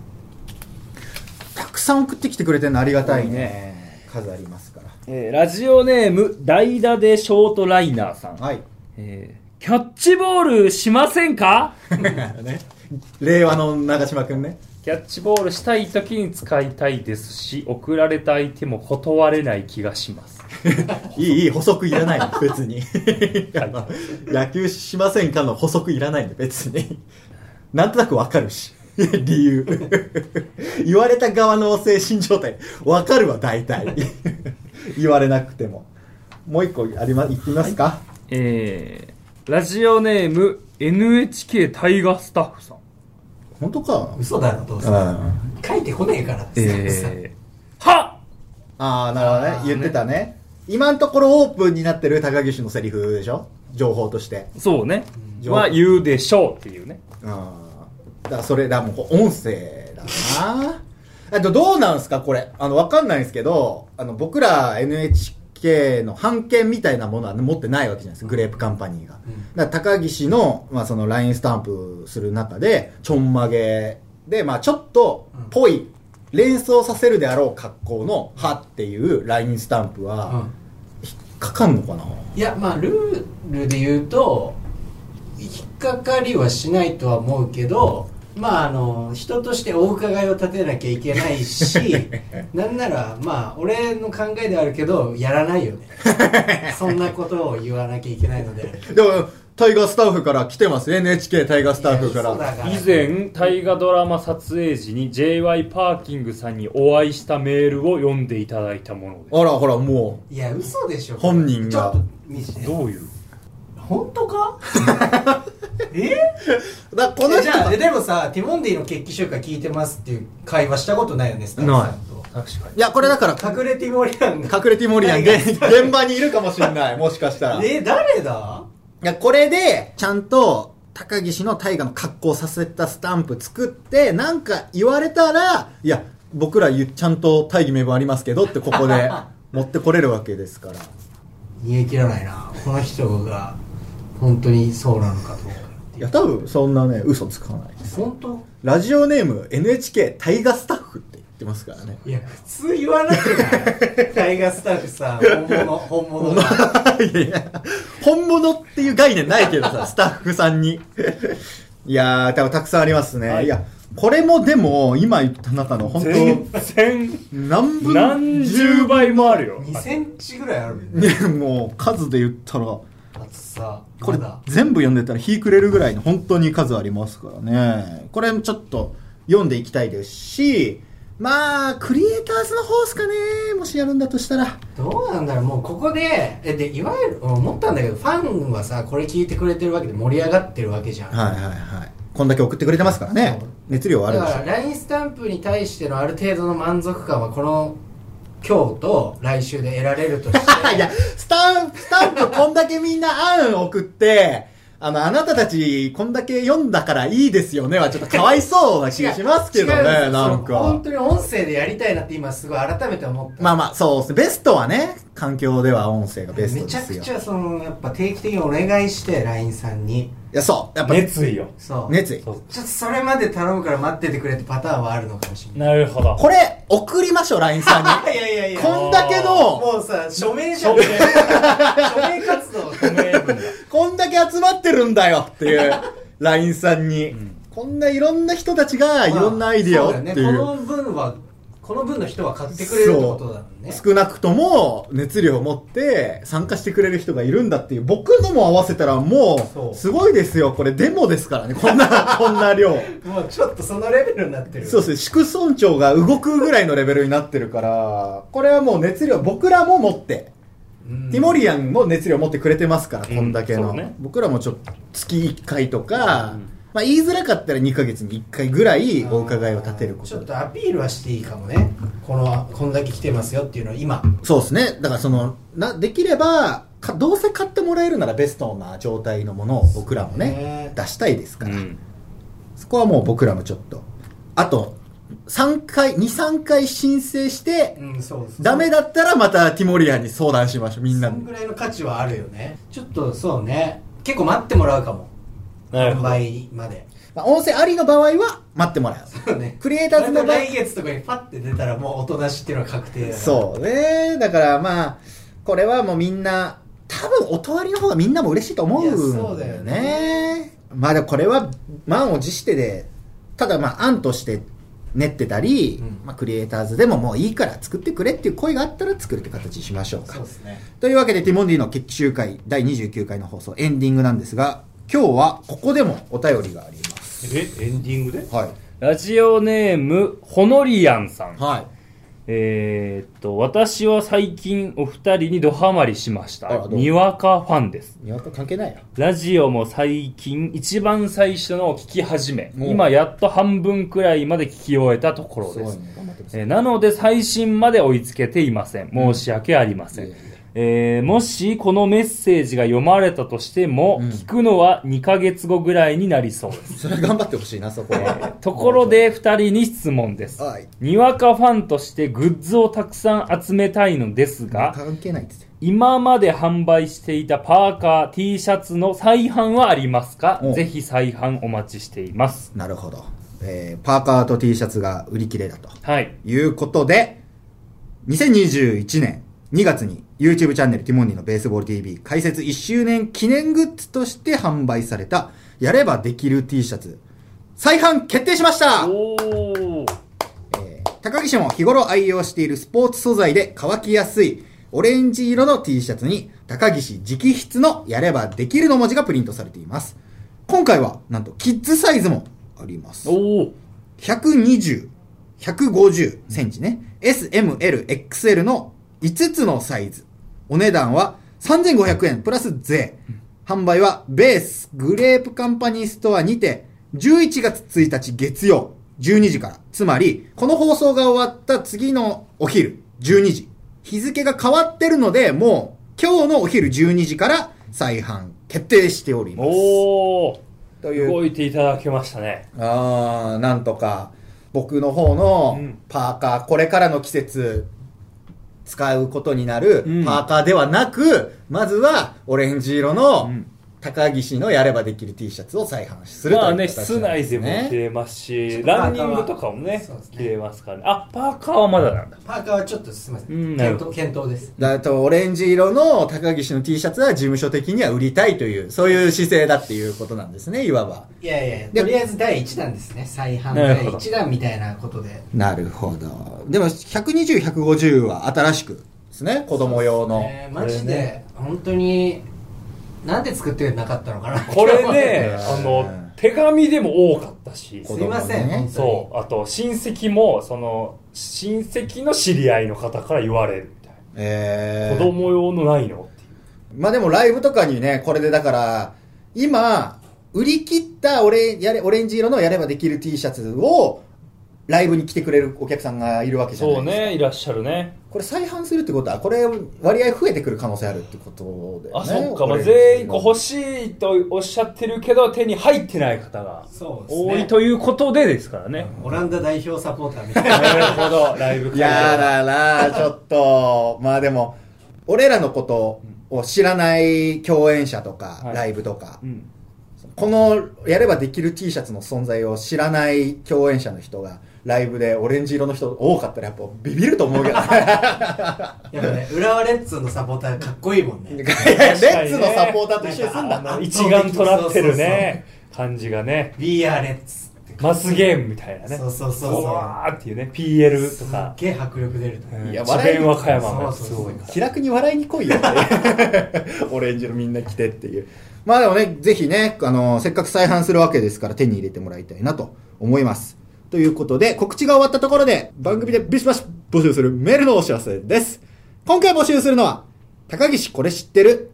Speaker 2: たくさん送ってきてくれてるのありがたいね
Speaker 3: 多い
Speaker 2: 数ありますから
Speaker 3: えーラジオネーム代打でショートライナーさん、
Speaker 2: はい
Speaker 3: えーキャッチボールしませんか
Speaker 2: ね令和の長嶋君ね
Speaker 3: キャッチボールしたい時に使いたいですし送られた相手も断れない気がします
Speaker 2: いい、いい、補足いらない の、別に。あの野球しませんかの補足いらないんで、別に。なんとなくわかるし。 理由。言われた側の精神状態、わかるわ、大体。 言われなくても。もう一個ありま、いきますか、
Speaker 3: えー、ラジオネーム NHK タイガースタッフさん
Speaker 2: 本当か。
Speaker 4: 嘘だろ、どうせ
Speaker 2: うん。。あ
Speaker 4: 書いてこねえから。
Speaker 3: えー、は
Speaker 2: あ、なるほどね。言ってたね。今のところオープンになってる高岸のセリフでしょ情報として。
Speaker 3: そうねは言うでしょうっていうね
Speaker 2: ああだからそれだもう音声だなあとどうなんすかこれあのわかんないんですけどあの僕ら NHK の版権みたいなものは持ってないわけじゃないですかグレープカンパニーが、
Speaker 4: うん
Speaker 2: だから高岸の,、まあその LINE スタンプする中でちょんまげで、まあ、ちょっと
Speaker 4: うん
Speaker 2: ぽい、連想させるであろう格好の「は」っていう LINE スタンプは、
Speaker 4: うん
Speaker 2: かかんのかない
Speaker 4: やまあルールで言うと引っかかりはしないとは思うけどまああの人としてお伺いを立てなきゃいけない しなんならまあ俺の考えではあるけどやらないよ ねそんなことを言わなきゃいけないので
Speaker 2: でもタイガースタッフから来てます NHK タイガースタッフから
Speaker 4: いやそうだから
Speaker 3: 以前大河ドラマ撮影時に j y パーキングさんにお会いしたメールを読んでいただいたもので
Speaker 2: あらほらもう
Speaker 4: いや嘘でしょ
Speaker 2: 本人が
Speaker 4: ちょっと見せ
Speaker 3: す
Speaker 4: て
Speaker 3: どういう
Speaker 4: 本 当かえ
Speaker 2: だこの
Speaker 4: え
Speaker 2: 人
Speaker 4: じゃあでもさティモンディの決起集会聞いてますっていう会話したことないよねスタッフさんと
Speaker 3: 確かに
Speaker 2: いやこれだから
Speaker 4: 隠れティモリアンが
Speaker 2: 隠れティモリアン現現場にいるかもしれないもしかしたらい
Speaker 4: え誰だ
Speaker 2: やこれでちゃんと高岸の大河の格好させたスタンプ作ってなんか言われたらいや僕らゆちゃんと大義名分ありますけどってここ で持ってこれるわけですからい
Speaker 4: 煮え切らないなこの人が本当にそうなのかどうか
Speaker 2: や多分そんなね嘘つかないです
Speaker 4: 本当
Speaker 2: ラジオネーム NHK 大河スタッフって言ってますからね
Speaker 4: いや普通言わなく ないタイガースタッフさ本物本物が
Speaker 2: いやいや、本物っていう概念ないけどさ、スタッフさんに。いやー、多分たくさんありますね。
Speaker 3: はい
Speaker 2: い、や、これもでも、今言った中の本
Speaker 3: 全
Speaker 2: 当、
Speaker 3: 然
Speaker 2: 何分
Speaker 3: 何十倍もあるよ
Speaker 4: 2センチぐらいあるよね
Speaker 2: ね、 もう数で言ったら、こ
Speaker 4: あとさ
Speaker 2: れ
Speaker 4: まだ
Speaker 2: 全部読んでたら日くれるぐらいの本当に数ありますからね。これちょっと読んでいきたいですし、まあ、クリエイターズの方ですかね、もしやるんだとしたら。
Speaker 4: どうなんだろうもうここでえでいわゆる思ったんだけどファンはさこれ聞いてくれてるわけで盛り上がってるわけじゃん、
Speaker 2: はいはいはい。こんだけ送ってくれてますからね
Speaker 4: そう。
Speaker 2: 熱量はある
Speaker 4: だ
Speaker 2: でし
Speaker 4: か
Speaker 2: ょ
Speaker 4: ら LINE スタンプに対してのある程度の満足感はこの今日と来週で得られるとして
Speaker 2: いや、スタンプ、スタンプこんだけみんな案送って、あの、あなたたちこんだけ読んだからいいですよねはちょっとかわいそうな気がしますけど
Speaker 4: 違う違
Speaker 2: ね、
Speaker 4: う
Speaker 2: なん
Speaker 4: その本
Speaker 2: か。
Speaker 4: 当に音声でやりたいなって今すごい改めて思った。
Speaker 2: まあまあ、そうですね。ベストはね、環境では音声がベスト
Speaker 4: め
Speaker 2: で
Speaker 4: ちゃ
Speaker 2: す
Speaker 4: く
Speaker 2: よ。
Speaker 4: ちゃそのやっぱ定期的にお願いして LINE さんに
Speaker 2: いや、そう。やっぱ、
Speaker 3: 熱意よ
Speaker 4: そう
Speaker 2: 熱意。
Speaker 3: そう
Speaker 4: ちょっとそれまで頼むから待っててくれってパターンはあるのかもしれない
Speaker 3: なるほど
Speaker 2: これ、送りましょう、LINE さん
Speaker 4: いやいやい
Speaker 2: に。
Speaker 4: や
Speaker 2: こんだけの、
Speaker 4: もうさ署名じゃん
Speaker 3: 署
Speaker 4: 署
Speaker 3: 名ごめんな
Speaker 4: 名活動
Speaker 3: さい
Speaker 2: こんだけ集まってるんだよっていう、LINE さんに。こんないろんな人たちがいろんなアイディアを
Speaker 4: そ
Speaker 2: っ
Speaker 4: う
Speaker 2: て
Speaker 4: だよ
Speaker 2: い
Speaker 4: ね
Speaker 2: う。
Speaker 4: この分はこの分の人は買ってくれるってことだもんね
Speaker 2: 少なくとも熱量を持って参加してくれる人がいるんだっていう僕のも合わせたら
Speaker 4: そ
Speaker 2: も
Speaker 4: う
Speaker 2: うすごいですよこれデモですからねこんな こんな量
Speaker 4: もうちょっとそのレベルになってる
Speaker 2: そうですね市区村長が動くぐらいのレベルになってるからこれはもう熱量僕らも持って、
Speaker 4: うん
Speaker 2: ティモリアンも熱量持ってくれてますから
Speaker 3: うん
Speaker 2: こんだけの、
Speaker 3: そうね
Speaker 2: 僕らもちょっと月1回とか、
Speaker 3: うん
Speaker 2: まあ、言いづらかったら2ヶ月に1回ぐらいお伺いを立てるこ
Speaker 4: ち
Speaker 2: と
Speaker 4: ょっ
Speaker 2: で
Speaker 4: とアピールはしていいかもねこのこんだけ来てますよっていうのは今
Speaker 2: そうですね。だからその、な、できれば、かどうせ買ってもらえるならベストな状態のものを僕らも
Speaker 4: そう
Speaker 2: ね
Speaker 4: ね、
Speaker 2: 出したいですから、
Speaker 3: うん
Speaker 2: そこはもう僕らもちょっと。あと、3回、2、3回申請して、
Speaker 4: うんそうそう
Speaker 2: ダメだったらまたティモリアンに相談しましょう、みんな
Speaker 4: そん
Speaker 2: で。
Speaker 4: ぐらいの価値はあるよねちょっとそうね結構待ってもらうかも
Speaker 3: なるほど
Speaker 4: 倍まで
Speaker 2: まあ、音声ありの場合は待ってもらう。
Speaker 4: そうね
Speaker 2: クリエイターズの場合
Speaker 4: 来、月とかにパッて出たらもうおとなしっていうのは確定だから
Speaker 2: そうね。だからまあ、これはもうみんな、多分おとわりの方がみんなも嬉しいと思うんだよね。
Speaker 4: いやそうだよね
Speaker 2: まあでもこれは満を持してで、ただまあ案として練ってたり、
Speaker 4: うん
Speaker 2: まあ、クリエイターズでももういいから作ってくれっていう声があったら作るって形にしましょうか
Speaker 4: そうですね
Speaker 2: というわけでティモンディの決起集会第29回の放送エンディングなんですが今日はここでもお便りがあります
Speaker 3: えエンディングで
Speaker 2: はい
Speaker 3: ラジオネームホノリアンさん、
Speaker 2: はい
Speaker 3: えーっと私は最近お二人にドハマりしまし
Speaker 2: あらど
Speaker 3: た
Speaker 2: うも
Speaker 3: にわかファンです
Speaker 2: にわか関係ないよ
Speaker 3: ラジオも最近一番最初のを聞き始め
Speaker 2: お
Speaker 3: 今やっと半分くらいまで聞き終えたところ
Speaker 2: す
Speaker 3: で
Speaker 2: ごい
Speaker 3: す
Speaker 2: ね頑張ってます
Speaker 3: えーなので最新まで追いつけていません申し訳ありません、
Speaker 2: いえい
Speaker 3: えーもしこのメッセージが読まれたとしても、聞くのは2ヶ月後ぐらいになりそうです
Speaker 2: それは頑張ってほしいなそこは
Speaker 3: ところで2人に質問です
Speaker 2: はい
Speaker 3: にわかファンとしてグッズをたくさん集めたいのですが
Speaker 2: 関係ないっつって
Speaker 3: 今まで販売していたパーカー T シャツの再販はありますか
Speaker 2: お
Speaker 3: ぜひ再販お待ちしています
Speaker 2: なるほど、えーパーカーと T シャツが売り切れだと
Speaker 3: はい
Speaker 2: いうことで、2021年2月に YouTube チャンネルティモンディのベースボール TV 開設1周年記念グッズとして販売された、やればできる T シャツ、再販決定しました
Speaker 3: おお
Speaker 2: えー高岸も日頃愛用しているスポーツ素材で乾きやすいオレンジ色の T シャツに高岸直筆のやればできるの文字がプリントされています。今回はなんとキッズサイズもあります。
Speaker 3: おお
Speaker 2: 120、150センチね。SML、XL の5つのサイズ。お値段は3500円プラス税。販売はベースグレープカンパニーストアにて11月1日月曜12時から。つまり、この放送が終わった次のお昼12時。日付が変わってるので、もう今日のお昼12時から再販決定しております。
Speaker 3: おお
Speaker 2: という
Speaker 3: 動いていただけましたね
Speaker 2: あーなんとか僕の方の
Speaker 3: うん
Speaker 2: パーカー、これからの季節使うことになる
Speaker 3: うん
Speaker 2: パーカーではなく、まずはオレンジ色の
Speaker 3: うん
Speaker 2: 高岸のやればできる T シャツを再販するという
Speaker 3: まあね
Speaker 2: 形
Speaker 3: 室
Speaker 2: なん
Speaker 3: 内でも
Speaker 2: ね
Speaker 3: 着れますし
Speaker 4: パーカーは
Speaker 3: ランニングとかもね
Speaker 4: そうですね
Speaker 3: 着れますからねあパーカーはまだなんだ
Speaker 4: パーカーはちょっとすみません、
Speaker 3: うんなるほ
Speaker 4: 検
Speaker 3: ど
Speaker 4: 討検討です
Speaker 2: だとオレンジ色の高岸の T シャツは事務所的には売りたいというそういう姿勢だっていうことなんですねいわば
Speaker 4: いやいやいや
Speaker 2: で
Speaker 4: とりあえず第1弾ですね再販
Speaker 3: なる
Speaker 4: 第
Speaker 3: ほど
Speaker 4: 1弾みたいなことで
Speaker 2: なるほどでも120150は新しくですね子供用の、
Speaker 4: ねマジ
Speaker 3: こ
Speaker 4: で、
Speaker 3: れね
Speaker 4: 本当になんで作ってなかったのかな
Speaker 3: これね
Speaker 2: うん
Speaker 3: あの手紙でも多かったし
Speaker 4: すいません、
Speaker 2: 子供ね
Speaker 3: そうあと親戚もその親戚の知り合いの方から言われるみたい
Speaker 2: え
Speaker 3: な、
Speaker 2: ー
Speaker 3: 子供用のないのっていう
Speaker 2: まあでもライブとかにね、これでだから、今、売り切ったオレやれオレンジ色のやればできる T シャツを、ライブに来てくれるお客さんがいるわけじゃない
Speaker 3: そ
Speaker 2: で
Speaker 3: う
Speaker 2: すか。
Speaker 3: ねいらっしゃるね
Speaker 2: これ再販するってことは、これ割合増えてくる可能性あるってことだよ
Speaker 3: あ
Speaker 2: ね。
Speaker 3: そっか、まあ、
Speaker 2: オレンジ色
Speaker 3: 全員こう欲しいとおっしゃってるけど手に入ってない方が
Speaker 4: そうですね
Speaker 3: 多いということでですからね
Speaker 4: オランダ代表サポーターみたいな
Speaker 3: なるほどライブ会場
Speaker 2: やだなちょっと。まあでも、俺らのことを知らない共演者と
Speaker 3: は
Speaker 2: か、
Speaker 3: い
Speaker 2: ライブとか
Speaker 3: う、ん
Speaker 2: このやればできる T シャツの存在を知らない共演者の人がライブでオレンジ色の人多かったらやっぱビビると思うけどね
Speaker 4: やっぱね浦和レッズのサポーターかっこいいもん
Speaker 2: いやい
Speaker 4: ね
Speaker 2: やレッツのサポーターと一緒にすん
Speaker 3: あ
Speaker 2: だ
Speaker 3: の一丸となってるね感じがね
Speaker 4: We are レッツ
Speaker 3: マスゲームみたいなね
Speaker 4: そうそうそうそう
Speaker 3: うわーっていうね PL
Speaker 4: す
Speaker 3: と
Speaker 4: っ
Speaker 3: か
Speaker 4: げえ迫力出ると、
Speaker 3: うん
Speaker 2: いや
Speaker 3: 智
Speaker 2: 笑い
Speaker 3: 弁和歌山も
Speaker 4: そう
Speaker 3: す
Speaker 4: そうそう
Speaker 3: ごいから
Speaker 2: 気楽に笑いに来いよってオレンジ色みんな着てっていうまあでもねぜひねあのせっかく再販するわけですから手に入れてもらいたいなと思いますということで告知が終わったところで番組でビシバシ募集するメールのお知らせです今回募集するのは高岸これ知ってる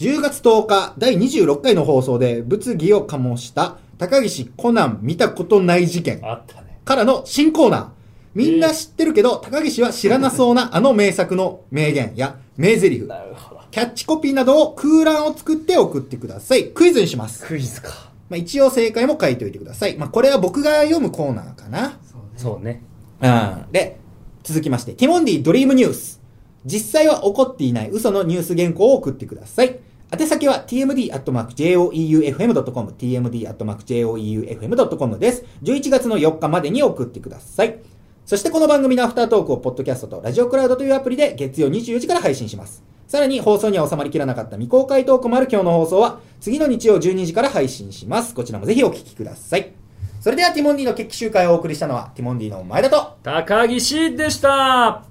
Speaker 2: 10月10日第26回の放送で物議を醸した高岸コナン見たことない事件
Speaker 3: あったね
Speaker 2: からの新コーナー。みんな知ってるけど、高岸は知らなそうなあの名作の名言や名台詞、
Speaker 3: なるほど
Speaker 2: キャッチコピーなどを空欄を作って送ってください。クイズにします。
Speaker 3: クイズか
Speaker 2: まあ、一応正解も書いておいてください。まあ、これは僕が読むコーナーかな。
Speaker 4: そうね
Speaker 3: そうね
Speaker 2: うんで、続きまして、ティモンディドリームニュース。実際は起こっていない嘘のニュース原稿を送ってください。宛先は tmd.joeufm.com、tmd.joeufm.com です。11月の4日までに送ってください。そしてこの番組のアフタートークをポッドキャストとラジオクラウドというアプリで月曜24時から配信します。さらに放送には収まりきらなかった未公開トークもある今日の放送は次の日曜12時から配信します。こちらもぜひお聞きください。それではティモンディの決起集会をお送りしたのは、ティモンディの前田と、
Speaker 3: 高岸でした